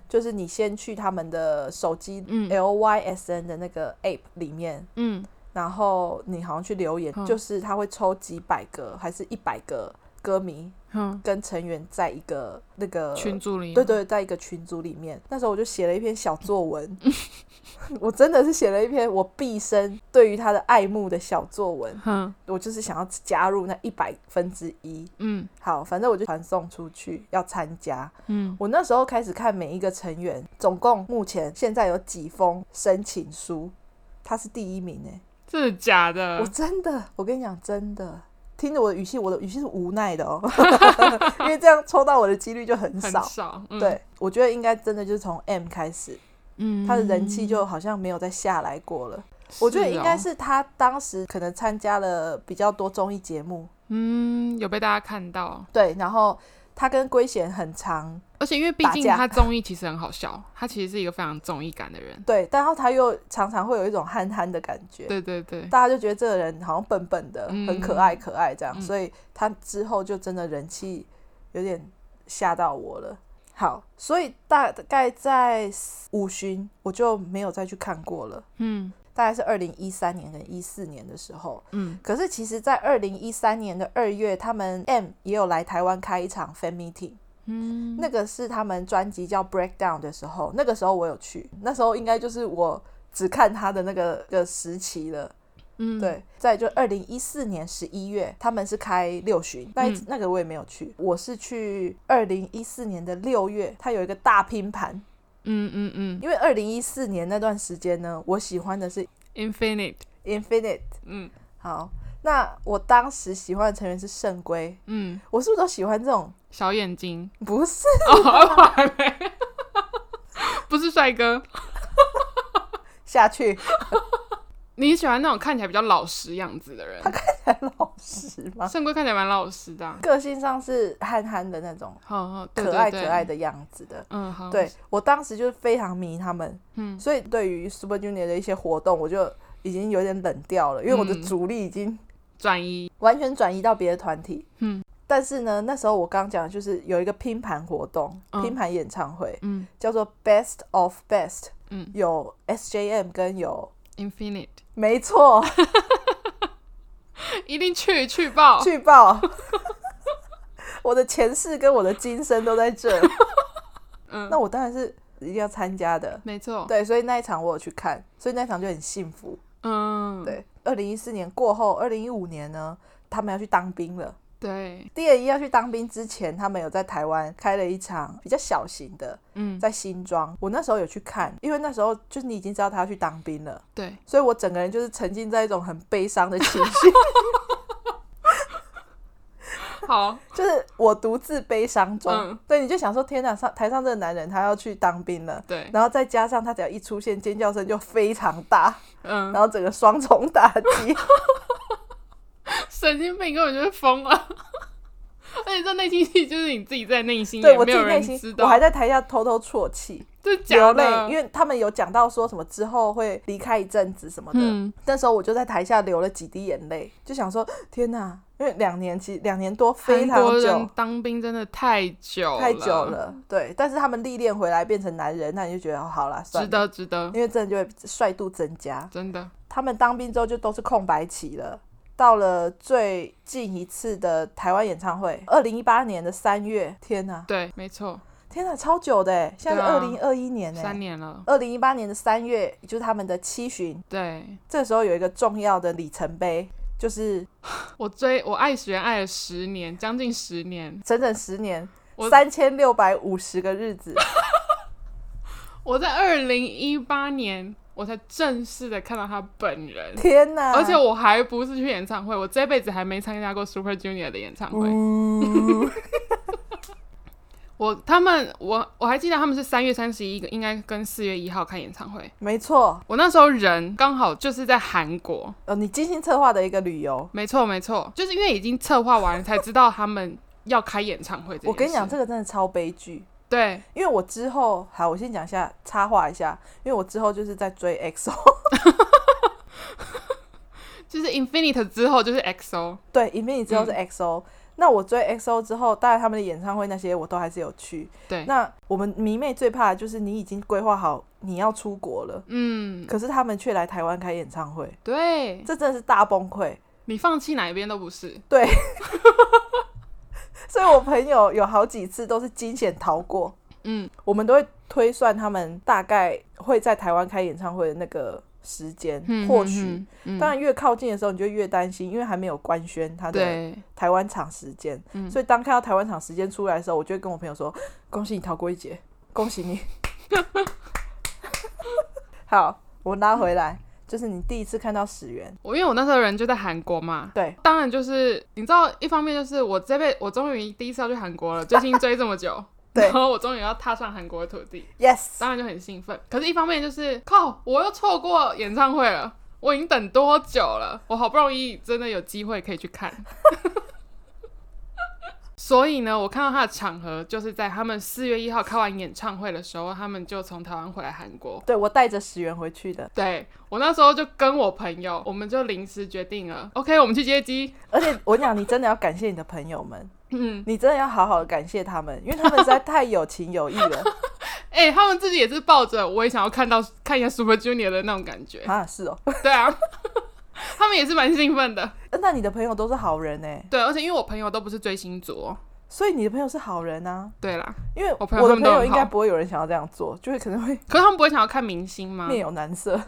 A: 就是你先去他们的手机
B: 嗯
A: LYSN 的那个 App 里面，
B: 嗯，
A: 然后你好像去留言，
B: 嗯
A: 就是他会抽几百个还是一百个歌迷
B: 哼，
A: 跟成员在一个那个
B: 嗯群，主里
A: 呃对，对，在一个群组里面。那时候我就写了一篇小作文， 我真的是写了一篇我毕生对于他的爱慕的小作文。
B: 哼
A: 我就是想要加入那一百分之一。
B: 嗯
A: 好，反正我就传送出去要参加。
B: 嗯
A: 我那时候开始看每一个成员，总共目前现在有几封申请书，他是第一名哎、
B: 真的假的
A: 我？真的，我跟你讲，真的，听着我的语气，我的语气是无奈的哦， 因为这样抽到我的几率就很
B: 很
A: 少。
B: 少，嗯，
A: 对，我觉得应该真的就是从 M 开始，
B: 嗯，
A: 他的人气就好像没有再下来过了。我觉得应该
B: 哦，
A: 是他当时可能参加了比较多综艺节目，
B: 嗯，有被大家看到，
A: 对，然后他跟龟贤很长，
B: 而且因为毕
A: 打
B: 竟
A: 架
B: 他综艺其实很好笑，他其实是一个非常综艺感的人，
A: 对，然后他又常常会有一种憨憨的感觉，
B: 对对对，
A: 大家就觉得这个人好像笨笨的，
B: 嗯
A: 很可爱可爱这样，
B: 嗯
A: 所以他之后就真的人气有点吓到我了。好，所以大概在五旬我就没有再去看过了，
B: 嗯
A: 大概是二零一三年跟一四年的时候。
B: 嗯
A: 可是其实，在二零一三年的二月，他们 M 也有来台湾开一场 fan meeting，
B: 嗯，
A: 那个是他们专辑叫 Breakdown 的时候，那个时候我有去，那时候应该就是我只看他的那个个时期了。
B: 嗯，
A: 对，再就二零一四年十一月，他们是开六旬，那一
B: 嗯
A: 那个我也没有去，我是去二零一四年的六月，它有一个大拼盘，
B: 嗯嗯嗯
A: 因为二零一四年那段时间呢，我喜欢的是
B: ，Infinite，
A: Infinite，
B: 嗯
A: 好，那我当时喜欢的成员是圣龟，
B: 嗯，
A: 我是不是都喜欢这种？
B: 小眼睛，
A: 不是，
B: 哦，还没，不是帅哥，
A: 下去
B: 你喜欢那种看起来比较老实样子的人？
A: 才老实吗？
B: 圣龟看起来蛮老实的啊、
A: 个性上是憨憨的那种，
B: 好好对
A: 可
B: 对
A: 爱可
B: 对
A: 爱，的样子的。
B: 嗯好，
A: 对我当时就是非常迷他们，
B: 嗯
A: 所以对于 Super Junior 的一些活动，我就已经有点冷掉了，因为我的
B: 嗯
A: 主力已经
B: 转移，
A: 完全转移到别的团体。
B: 嗯，
A: 但是呢，那时候我刚讲的就是有一个拼盘活动，
B: 嗯
A: 拼盘演唱会
B: 嗯
A: 叫做 Best of Best，
B: 嗯
A: 有 SJM 跟有，
B: ，infinite，
A: 没 错，
B: 一定去去报，
A: 去报。 我的前世跟我的今生都在 这，
B: 嗯
A: 那，我当然是一定要参加的。
B: 没错，
A: 对，所以那一场我有去看，所以那一场就很幸福。
B: 嗯，
A: 对，二零一四年过后，二零一五年呢，他们要去当兵了。
B: 对，
A: 第二一要去当兵之前，他们有在台湾开了一场比较小型的，
B: 嗯，
A: 在新庄。我那时候有去看，因为那时候就是你已经知道他要去当兵了，
B: 对，
A: 所以我整个人就是沉浸在一种很悲伤的情绪，
B: 好，
A: 就是我独自悲伤中。
B: 嗯
A: 对，你就想说，天哪，上台上这个男人他要去当兵了。
B: 对，
A: 然后再加上他只要一出现，尖叫声就非常大，
B: 嗯
A: 然，后整个双重打击。
B: 神经病根本就是疯了， 而且这内心戏就是你自己在内心，
A: 对
B: 也
A: 我自
B: 没
A: 己
B: 有
A: 内
B: 人
A: 心
B: 知，道，
A: 我还在台下偷偷啜泣
B: 这是假
A: 流泪，因
B: 的，
A: 为他们有讲到说什么之后会离开一阵子什么的。
B: 嗯，
A: 那时候我就在台下流了几滴眼泪，就想说天哪，因为两年其实两年多非
B: 韩
A: 常
B: 国人
A: 久，
B: 当兵真的太久
A: 太久，了，对。但是他们历练回来变成男人，那你就觉得、哦、好啦，算
B: 值
A: 了，
B: 得值得，
A: 因为真的就会帅度增加。
B: 真的，
A: 他们当兵之后就都是空白期了。到了最近一次的台湾演唱会，二零一八年的三月，天哪，
B: 对，没错，
A: 天哪，超久的欸，现在是
B: 对
A: 二
B: 啊
A: 零二一年
B: 三
A: 呢。
B: 年了，
A: 二零一八年的三月，就是他们的七旬，
B: 对
A: 这时候有一个重要的里程碑，就是
B: 我追我爱学爱了十年，将近十年，
A: 整整十年，
B: 我
A: 三千六百五十个日 子，
B: 我在二零一八年我才正式的看到他本人。
A: 天啊哪！
B: 而且我还不是去演唱会，我这辈子还没参加过 Super Junior 的演唱会。
A: 嗯呜
B: 我他们，我我还记得他们是三月三十一，应该跟四月一号看演唱会。
A: 没错，
B: 我那时候人刚好就是在韩国，
A: 哦，你精心策划的一个旅游，
B: 没错没错，就是因为已经策划完了，才知道他们要开演唱会这件事。
A: 我跟你讲，这个真的超悲剧。
B: 对，
A: 因为我之后，好，我先讲一下，插话一下，因为我之后就是在追哦 XO，
B: 就是 Infinite 之后就是 E XO，
A: 对，里面你之后是
B: 嗯
A: XO、那我追 XO 之后，当然他们的演唱会那些我都还是有去。
B: 对
A: 那我们迷妹最怕的就是你已经规划好你要出国了，
B: 嗯，
A: 可是他们却来台湾开演唱会，
B: 对，
A: 这真的是大崩溃。
B: 你放弃哪一边都不是，
A: 所以我朋友有好几次都是惊险逃过，
B: 嗯，
A: 我们都会推算他们大概会在台湾开演唱会的那个时间，
B: 嗯
A: 或许。，
B: 嗯嗯
A: 当然，越靠近的时候，你就越担心，因为还没有官宣他的
B: 对，
A: 台湾场时间。
B: 嗯
A: 所以当看到台湾场时间出来的时候，我就会跟我朋友说：“恭喜你逃过一劫，恭喜你。” 好，我拉回来，就是你第一次看到始源，
B: 我因为我那时候人就在韩国嘛，
A: 对，，
B: 当然就是你知道，一方面就是我这辈我终于第一次要去韩国了，最近追这么久
A: 对
B: 然后我终于要踏上韩国的土地，
A: ，yes，
B: 当然就很兴奋。可是，一方面就是靠，我又错过演唱会了，我已经等多久了？我好不容易真的有机会可以去看。 所以呢，我看到他的场合就是在他们四月一号开完演唱会的时候，他们就从台湾回来韩国。
A: 对我带着始源回去的。
B: 对我那时候就跟我朋友，我们就临时决定了，OK，我们去接机。
A: 而且我跟你讲，你真的要感谢你的朋友们，
B: 嗯，
A: 你真的要好好的感谢他们，因为他们实在太有情有义了
B: 哎、他们自己也是抱着我也想要看到看一下 Super Junior 的那种感觉。
A: 啊！是哦，
B: 对啊， 他们也是蛮兴奋的。
A: 那你的朋友都是好人呢、欸
B: 对，而且因为我朋友都不是追星族哦，
A: 所以你的朋友是好人啊。
B: 对啦，
A: 因为
B: 我
A: 我
B: 朋友
A: 的
B: 他们
A: 朋
B: 都很
A: 友应该
B: 好
A: 不会有人想要这样做，就会可能会
B: 可是他们不会想要看明星吗
A: 面？有难 色。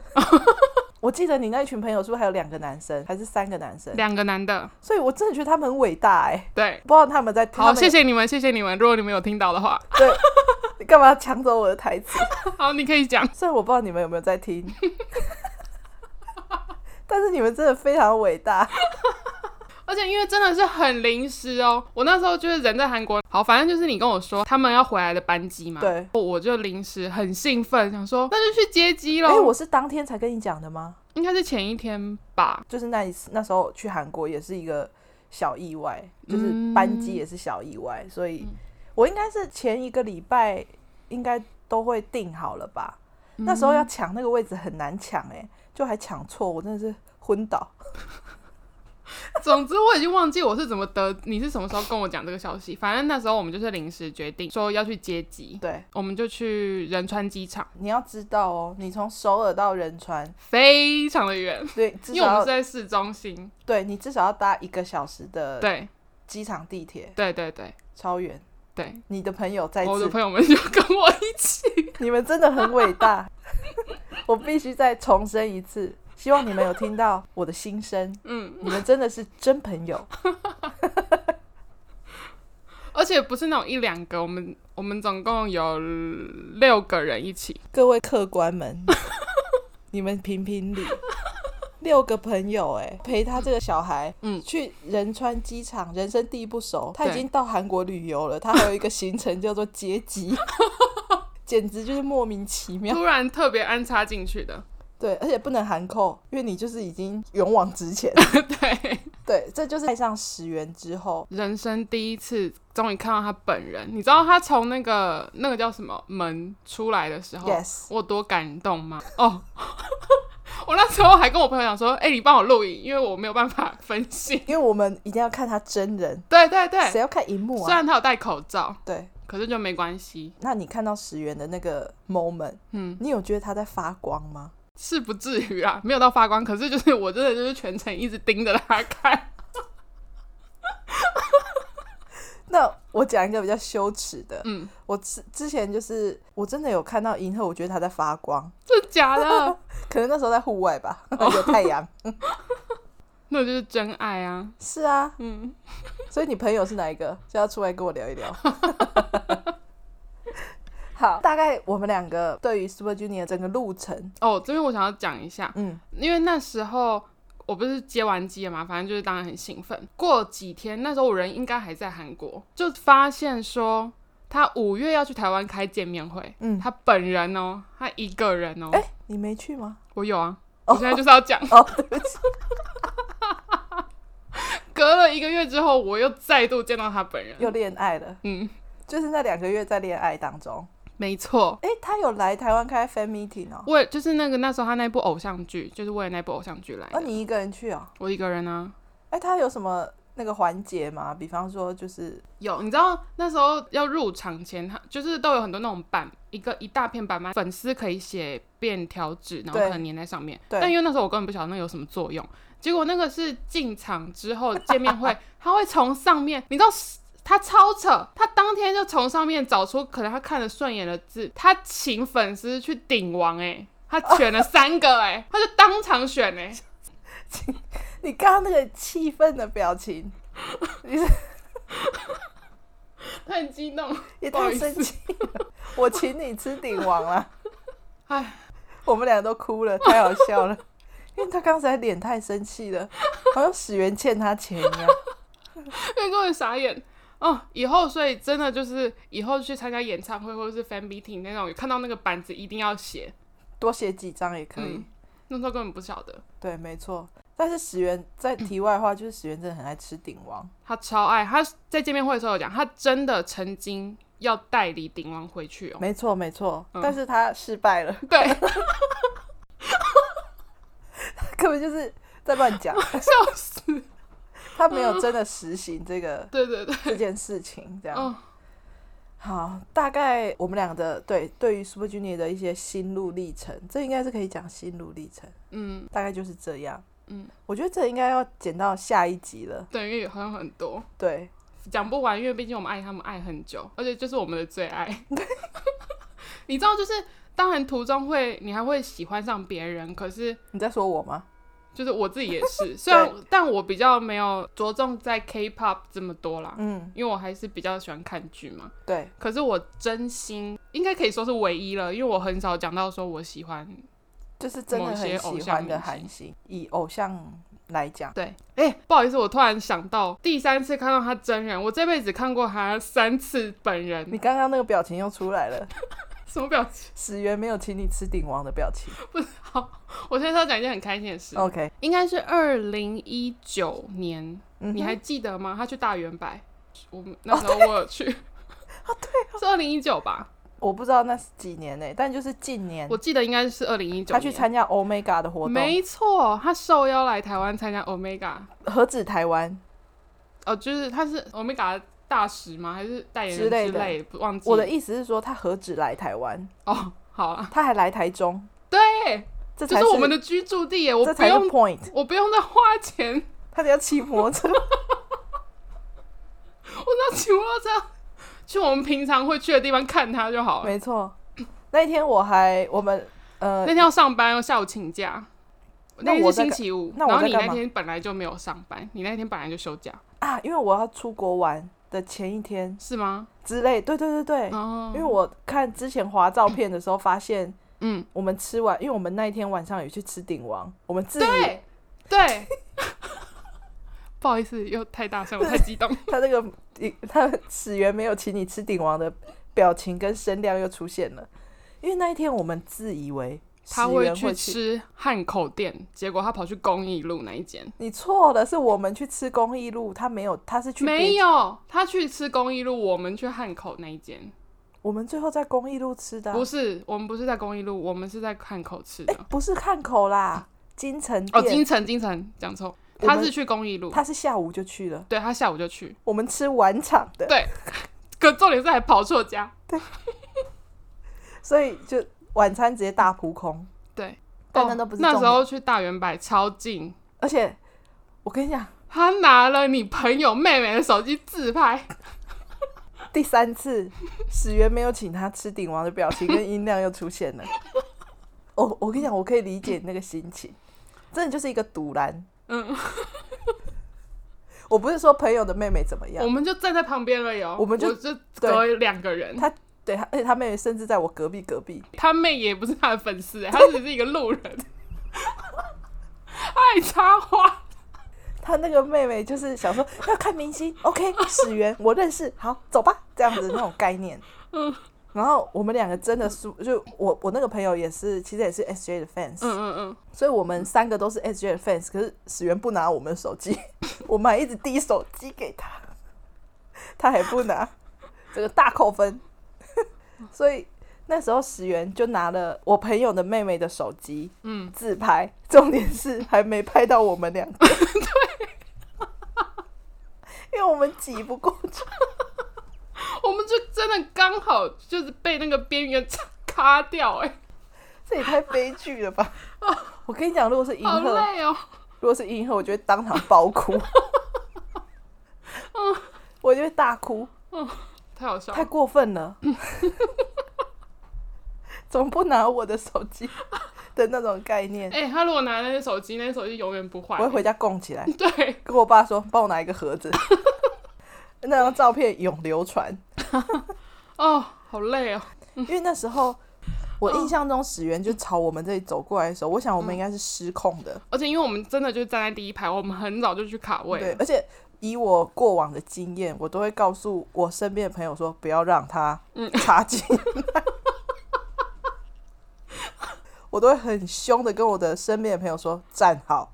A: 我记得你那一群朋友是不是还有两个男生，还是三个男生？
B: 两个男的，
A: 所以我真的觉得他们很伟大哎、
B: 对，
A: 不知道他们在听。他
B: 好，
A: 们
B: 谢谢你们，谢谢你们。如果你们有听到的话，
A: 你 干嘛要抢走我的台词？
B: 好，你可以讲。
A: 虽然我不知道你们有没有在 听，但是你们真的非常伟大。
B: 而且因为真的是很临时哦，我那时候就是人在韩国，好，反正就是你跟我说他们要回来的班机嘛，
A: 对，
B: 我我就临时很兴奋，想说那就去接机
A: 哎、
B: 喽。
A: 我是当天才跟你讲的吗？
B: 应该是前一天吧，
A: 就是那一次，那时候去韩国也是一个小意外，
B: 嗯
A: 就是班机也是小意外，所以我应该是前一个礼拜
B: 嗯
A: 应该都会订好了吧。那时候要抢那个位置很难抢哎、就还抢错，我真的是昏倒。
B: 总之我已经忘记我是怎么得，你是什么时候跟我讲这个消息？反正那时候我们就是临时决定说要去接机，
A: 对，
B: 我们就去仁川机场，
A: 你要知道哦，你从首尔到仁川，
B: 非常的远，
A: 对，至
B: 因为我们
A: 少
B: 是
A: 要
B: 在市中心。
A: 对你至少要搭一个小时的
B: 对
A: 机场地铁，
B: 对对对
A: 超远。
B: 对，
A: 你的朋友再
B: 哦我的
A: 次，
B: 朋友们就跟我一起，
A: 你们真的很伟大， 我必须再重申一次，希望你们有听到我的心声，
B: 嗯，
A: 你们真的是真朋友。
B: 而且不是那种一两个，我们我们总共有六个人一起，
A: 各位客官们，你们评评理。六个朋友哎、陪他这个小孩，
B: 嗯
A: 去仁川机场，人生地不熟，他已
B: 对
A: 经到韩国旅游了，他还有一个行程叫做接 机，简直就是莫名其妙。
B: 突然特别安插进去的，
A: 对，而且不能含扣，因为你就是已经勇往直前。
B: 对，
A: 对，这就是爱上十元之后，
B: 人生第一次终于看到他本人，你知道他从那个那个叫什么门出来的时候
A: Yes
B: 我多感动吗？哦、 我那时候还跟我朋友讲说，哎、你帮我录影，因为我没有办法分析。
A: 因为我们一定要看他真人，
B: 对对对，
A: 谁要看荧幕
B: 虽
A: 啊？
B: 然他有戴口罩，
A: 对，
B: 可是就没关系，
A: 那你看到十元的那个 moment，
B: 嗯，
A: 你有觉得他在发光吗？
B: 是不至于啊，没有到发光，可是就是我真的就是全程一直盯着他看，
A: 那我讲一个比较羞耻的，
B: 嗯，
A: 我之之前就是我真的有看到银河，我觉得它在发光，
B: 真的假 的？
A: 可能那时候在户外吧，
B: 哦
A: 有太 阳。
B: 那就是真爱啊，
A: 是啊，
B: 嗯，
A: 所以你朋友是哪一个？就要出来跟我聊一 聊。好，大概我们两个对于 Super Junior 整个路程，
B: 哦，这边我想要讲一下，
A: 嗯，
B: 因为那时候我不是接完机了嘛，反正就是当然很兴奋。过几天，那时候我人应该还在韩国，就发现说他五月要去台湾开见面会，
A: 嗯
B: 他本人哦，他一个人哦，
A: 哎、你没去吗？
B: 我有啊，我现在就是要讲，
A: 哦，对不起，
B: 隔了一个月之后，我又再度见到他本人，
A: 又恋爱了，
B: 嗯，
A: 就是那两个月在恋爱当中。
B: 没错。
A: 哎、他有来台湾开 fan meeting 哦，
B: 为就是那个那时候他那部偶像剧，就是为了那部偶像剧来的。
A: 哦，你一个人去哦？
B: 我一个人啊，
A: 哎、他有什么那个环节吗？比方说就是
B: 有，你知道那时候要入场前，他就是都有很多那种板，一个一大片板嘛，粉丝可以写便条纸，然后
A: 对
B: 可能粘在上面。
A: 对
B: 但因为那时候我根本不晓得那有什么作用，结果那个是进场之后 见面会，他会从上面，你知道。他超扯，他当天就从上面找出可能他看得顺眼的字，他请粉丝去顶王、欸，他选了三个、欸，他就当场选、欸，
A: 你刚刚那个气愤的表情，你是
B: 他很激动，
A: 也
B: 不好
A: 太
B: 意思
A: 生气了。我请你吃鼎王啦，
B: 哎，
A: 我们俩都哭了，太好笑了。因为他刚才脸太生气了，好像史源欠他钱一 样。
B: 对，各位傻眼哦！以后所以真的就是以后去参加演唱会或者是 fan meeting 那种，有看到那个板子一定要写。
A: 多写几张也可以。
B: 嗯那时候根本不晓得，
A: 对，没错。但是史源在题外话，就是史源真的很爱吃鼎王。
B: 他超爱。他在见面会的时候有讲，他真的曾经要代理鼎王回去哦。
A: 没错，没错。
B: 嗯
A: 但是他失败了，
B: 对，
A: 根本就是在乱 讲，
B: 笑死！
A: 他没有真的实行这个
B: 对 对对，
A: 这件事情，这样。
B: 嗯，
A: 好，大概我们俩的对对于 Super Junior 的一些心路历程，这应该是可以讲心路历程，
B: 嗯，
A: 大概就是这样。
B: 嗯，
A: 我觉得这应该要剪到下一集了。
B: 等于好像很多
A: 对，
B: 讲不完，因为毕竟我们爱他们爱很久，而且就是我们的最爱。 你知道，就是当然途中会你还会喜欢上别人，可是
A: 你在说我吗？
B: 就是我自己也 是，虽然但我比较没有着重在 K-pop 这么多啦，
A: 嗯，
B: 因为我还是比较喜欢看剧嘛。
A: 对，
B: 可是我真心应该可以说是唯一了，因为我很少讲到说我喜欢。
A: 就是真的
B: 某些
A: 很
B: 偶
A: 喜
B: 像
A: 欢的
B: 明
A: 韩星，以偶像来讲，
B: 对，哎、不好意思，我突然想到第三次看到他真人，我这辈子看过他三次本
A: 你
B: 人，
A: 刚刚那个表情又出来了，
B: 什么表情？
A: 史源没有请你吃鼎王的表情。
B: 我现在是要讲一件很开心的事，
A: OK，
B: 应该是二零一九年，
A: 嗯哼哦
B: 你还记得 吗？他去大圆柏，我们那时候我有去，啊、对，是二零一九吧？
A: 我不知道那是几年呢、但就是近年
B: 我记得应该是二零一九
A: 他
B: 年，
A: 去参加 Omega 的活动，
B: 没错，他受邀来台湾参加 Omega，
A: 何止台湾，
B: 哦，就是他是 Omega 的大使吗？还是代言人
A: 之类的
B: 类？不忘记
A: 我的意思是说，他何止来台湾，
B: 哦，好啊，
A: 他还来台中，
B: 对，
A: 这
B: 这
A: 才
B: 是我们的居住地耶，我
A: 这
B: 不
A: 才是
B: 用，
A: point。
B: 我不用再花钱，
A: 他得要骑摩托车，
B: 我那请我这样去我们平常会去的地方看他就 好了。
A: 没错。那一天我还我们呃
B: 那，天要上班，下午请假。
A: 那
B: 天
A: 我
B: 是
A: 在
B: 星
A: 干
B: 期五，
A: 那我
B: 然后
A: 在
B: 你
A: 干
B: 那
A: 嘛
B: 天本来就没有上班，你那天本来就休假，
A: 啊，因为我要出国玩的前一天
B: 是吗？
A: 之类，对对对对，
B: 哦
A: 因，为我看之前划照片的时候发现，
B: 嗯，
A: 我们吃完，因为我们那一天晚上有去吃鼎王，我们自己
B: 对对， 不好意思，又太大声，我太激动。
A: 他这个他始源没有请你吃鼎王的表情跟声量又出现了，因为那一天我们自以为
B: 他
A: 始
B: 会
A: 源
B: 去
A: 会，
B: 吃汉口店，结果他跑去公益路那一间，
A: 你错了，是我们去吃公益路，他没有，他是去别
B: 没，有，他去吃公益路，我们去汉口那一间，
A: 我们最后在公益路吃的啊、
B: 不是，我们不是在公益路，我们是在汉口吃
A: 哎、
B: 的。
A: 不是汉口啦，金城
B: 哦，
A: 哎店，
B: 金城，金城，讲错，
A: 我们
B: 他是去公益路，
A: 他是下午就去了，
B: 对他下午就去，
A: 我们吃晚场的，
B: 对可重点是还跑错家，
A: 所以就晚餐直接大扑空，
B: 对，
A: 但
B: 哦
A: 那都不是、重
B: 那时
A: 点
B: 候去大圆柏超近，
A: 而且我跟你讲，
B: 他拿了你朋友妹妹的手机自拍，
A: 第三次史源没有请他吃鼎王的表情跟音量又出现了。 哦我我跟你讲，我可以理解那个心情，真的就是一个堵拦。
B: 嗯，
A: 我不是说朋友的妹妹怎么样
B: 我，们就站在旁边了哟，
A: 我们就
B: 就隔两个人，
A: 他对，他而且他妹妹甚至在我隔壁隔壁，
B: 他妹也不是他的粉丝、欸，他只是一个路人， 爱插花，
A: 他那个妹妹就是想说要看明星，OK，史 源我认识，好走吧，这样子那种概念。
B: 嗯
A: 然后我们两个真的输，就我我那个朋友也是，其实也是 SJ 的 fans，、
B: 嗯嗯嗯，
A: 所以我们三个都是 SJ 的 fans，可是史源不拿我们的手机， 我们还一直递手机给他，他还不拿，这个大扣分。 所以那时候史源就拿了我朋友的妹妹的手机
B: 嗯
A: 自拍，重点是还没拍到我们两个， 因为我们挤不过去，
B: 我们就真的刚好就是被那个边缘擦卡掉、欸，
A: 这也太悲剧了 吧！我跟你讲，如果是银
B: 哦好
A: 赫，
B: 累哦、
A: 如果是银河，我就会当场爆哭，我就会大哭，
B: 太好笑
A: 太
B: 了，
A: 过分了， 怎么不拿我的手机的那种概念？
B: 哎、他如果拿那些手机，那些手机永远不坏
A: 我，会回家供起来，
B: 对，
A: 跟我爸说，帮我拿一个盒子。 那张照片永流传，
B: 哦，好累哦、
A: 因为那时候我印象中史源就朝我们这里走过来的时候，我想我们应该是失控的，
B: 而且因为我们真的就站在第一排，我们很早就去卡位
A: 对，
B: 了，
A: 而且以我过往的经验，我都会告诉我身边的朋友说，不要让他
B: 嗯
A: 插进来。 我都会很凶的跟我的身边的朋友说，站好，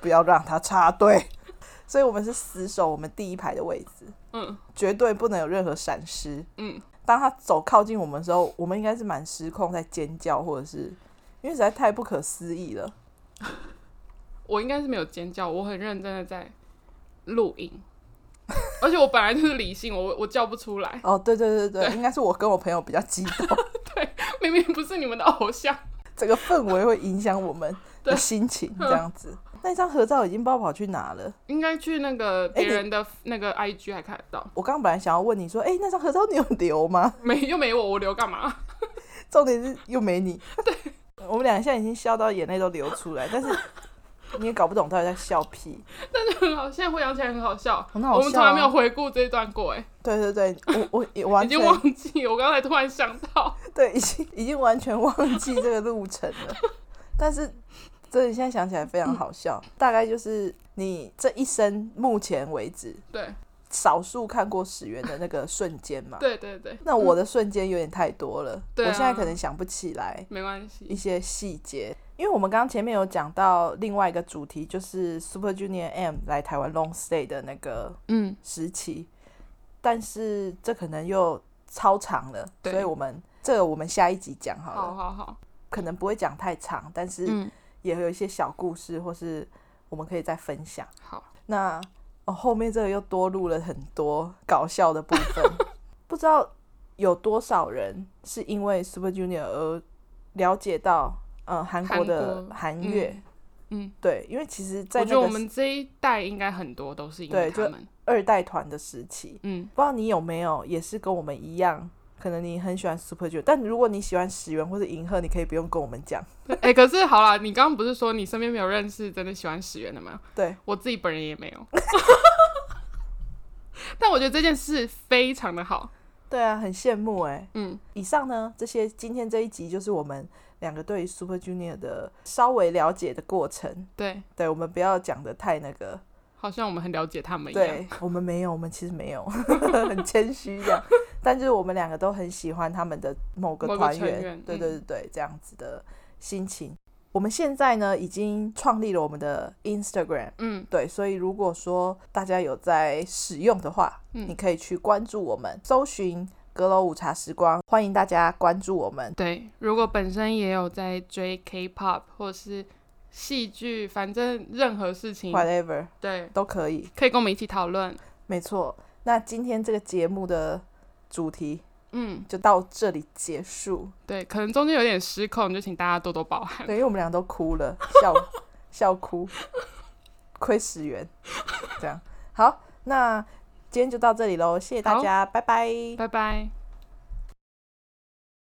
A: 不要让他插队。 所以我们是死守我们第一排的位置，
B: 嗯
A: 绝对不能有任何闪失。
B: 嗯，
A: 当他走靠近我们的时候，我们应该是蛮失控，在尖叫，或者是因为实在太不可思议了。
B: 我应该是没有尖叫，我很认真的在录音， 而且我本来就是理性，我我叫不出来。
A: 哦，对对对对，应该是我跟我朋友比较激动。
B: 明明不是你们的偶像，
A: 整个氛围会影响我们的
B: 对嗯
A: 心情，这样子。那张合照已经不知道跑去哪了。
B: 应该去那个别人
A: 哎
B: 的那个 IG 还看得到，
A: 我刚刚本来想要问你说，哎、那张合照你有留吗？
B: 没又没我，我留干嘛？
A: 重点是又没你。对，我们俩现在已经笑到眼泪都流出来，但是你也搞不懂到底在笑屁。
B: 很好，现在回想起来很好笑。
A: 很好笑啊
B: 我们从来没有回顾这一段过、欸，
A: 对对对，我 我也完
B: 已
A: 全
B: 经忘记。我刚才突然想到，
A: 对，已经已经完全忘记这个路程 了。但是真的现在想起来非常好笑，大概就是你这一生目前为止
B: 对
A: 少数看过史源的那个瞬间嘛。
B: 对对对，
A: 那我的瞬间有点太多了，
B: 嗯对啊
A: 我现在可能想不起来
B: 没关
A: 一
B: 系。
A: 些细节，因为我们刚刚前面有讲到另外一个主题，就是 Super Junior M 来台湾 long stay 的那个
B: 嗯，
A: 时期，但是这可能又超长了，
B: 对
A: 所以我们这个我们下一集讲好了，
B: 好好好，
A: 可能不会讲太长，但是
B: 嗯，
A: 也有一些小故事，或是我们可以再分享。
B: 好，
A: 那哦，后面这个又多录了很多搞笑的部 分，不知道有多少人是因为 Super Junior 而了解到呃韩国的韩乐。
B: 嗯嗯
A: 对，因为其实，在
B: 我
A: 那
B: 觉得我
A: 个
B: 们这一代应该很多都是因
A: 对
B: 为
A: 就
B: 他们，
A: 二代团的时期，
B: 嗯，
A: 不知道你有没有也是跟我们一样，可能你很喜欢 Super Junior，但如果你喜欢石原或者银赫，你可以不用跟我们讲。
B: 哎、可是好啦，你刚刚不是说你身边没有认识真的喜欢石原的吗？
A: 对，
B: 我自己本人也没有， 但我觉得这件事非常的好，
A: 对啊，很羡慕哎、
B: 嗯，
A: 以上呢，这些今天这一集就是我们两个对于 Super Junior 的稍微了解的过程。
B: 对，
A: 对，我们不要讲的太那个。
B: 好像我们很了解他们一样，
A: 对，我们没有，我们其实没有， 很谦虚这样。但是我们两个都很喜欢他们的某个
B: 某个
A: 团
B: 成
A: 员，
B: 员
A: 对
B: 嗯
A: 对对对，这样子的心情。我们现在呢，已经创立了我们的 Instagram，
B: 嗯，
A: 对，所以如果说大家有在使用的话，
B: 嗯
A: 你可以去关注我们，搜寻阁楼午茶时光，欢迎大家关注我们。
B: 对，如果本身也有在追 K-pop 或是戏剧，反正任何事情，
A: whatever
B: 对，
A: 都可以，
B: 可以跟我们一起讨论。
A: 没错。那今天这个节目的主题
B: 嗯，
A: 就到这里结束，
B: 对，可能中间有点失控，就请大家多多包涵。
A: 对，因为我们俩都哭 了，笑笑哭，亏十元，这样好，那今天就到这里喽，谢谢大
B: 好
A: 家，拜拜。
B: 拜拜。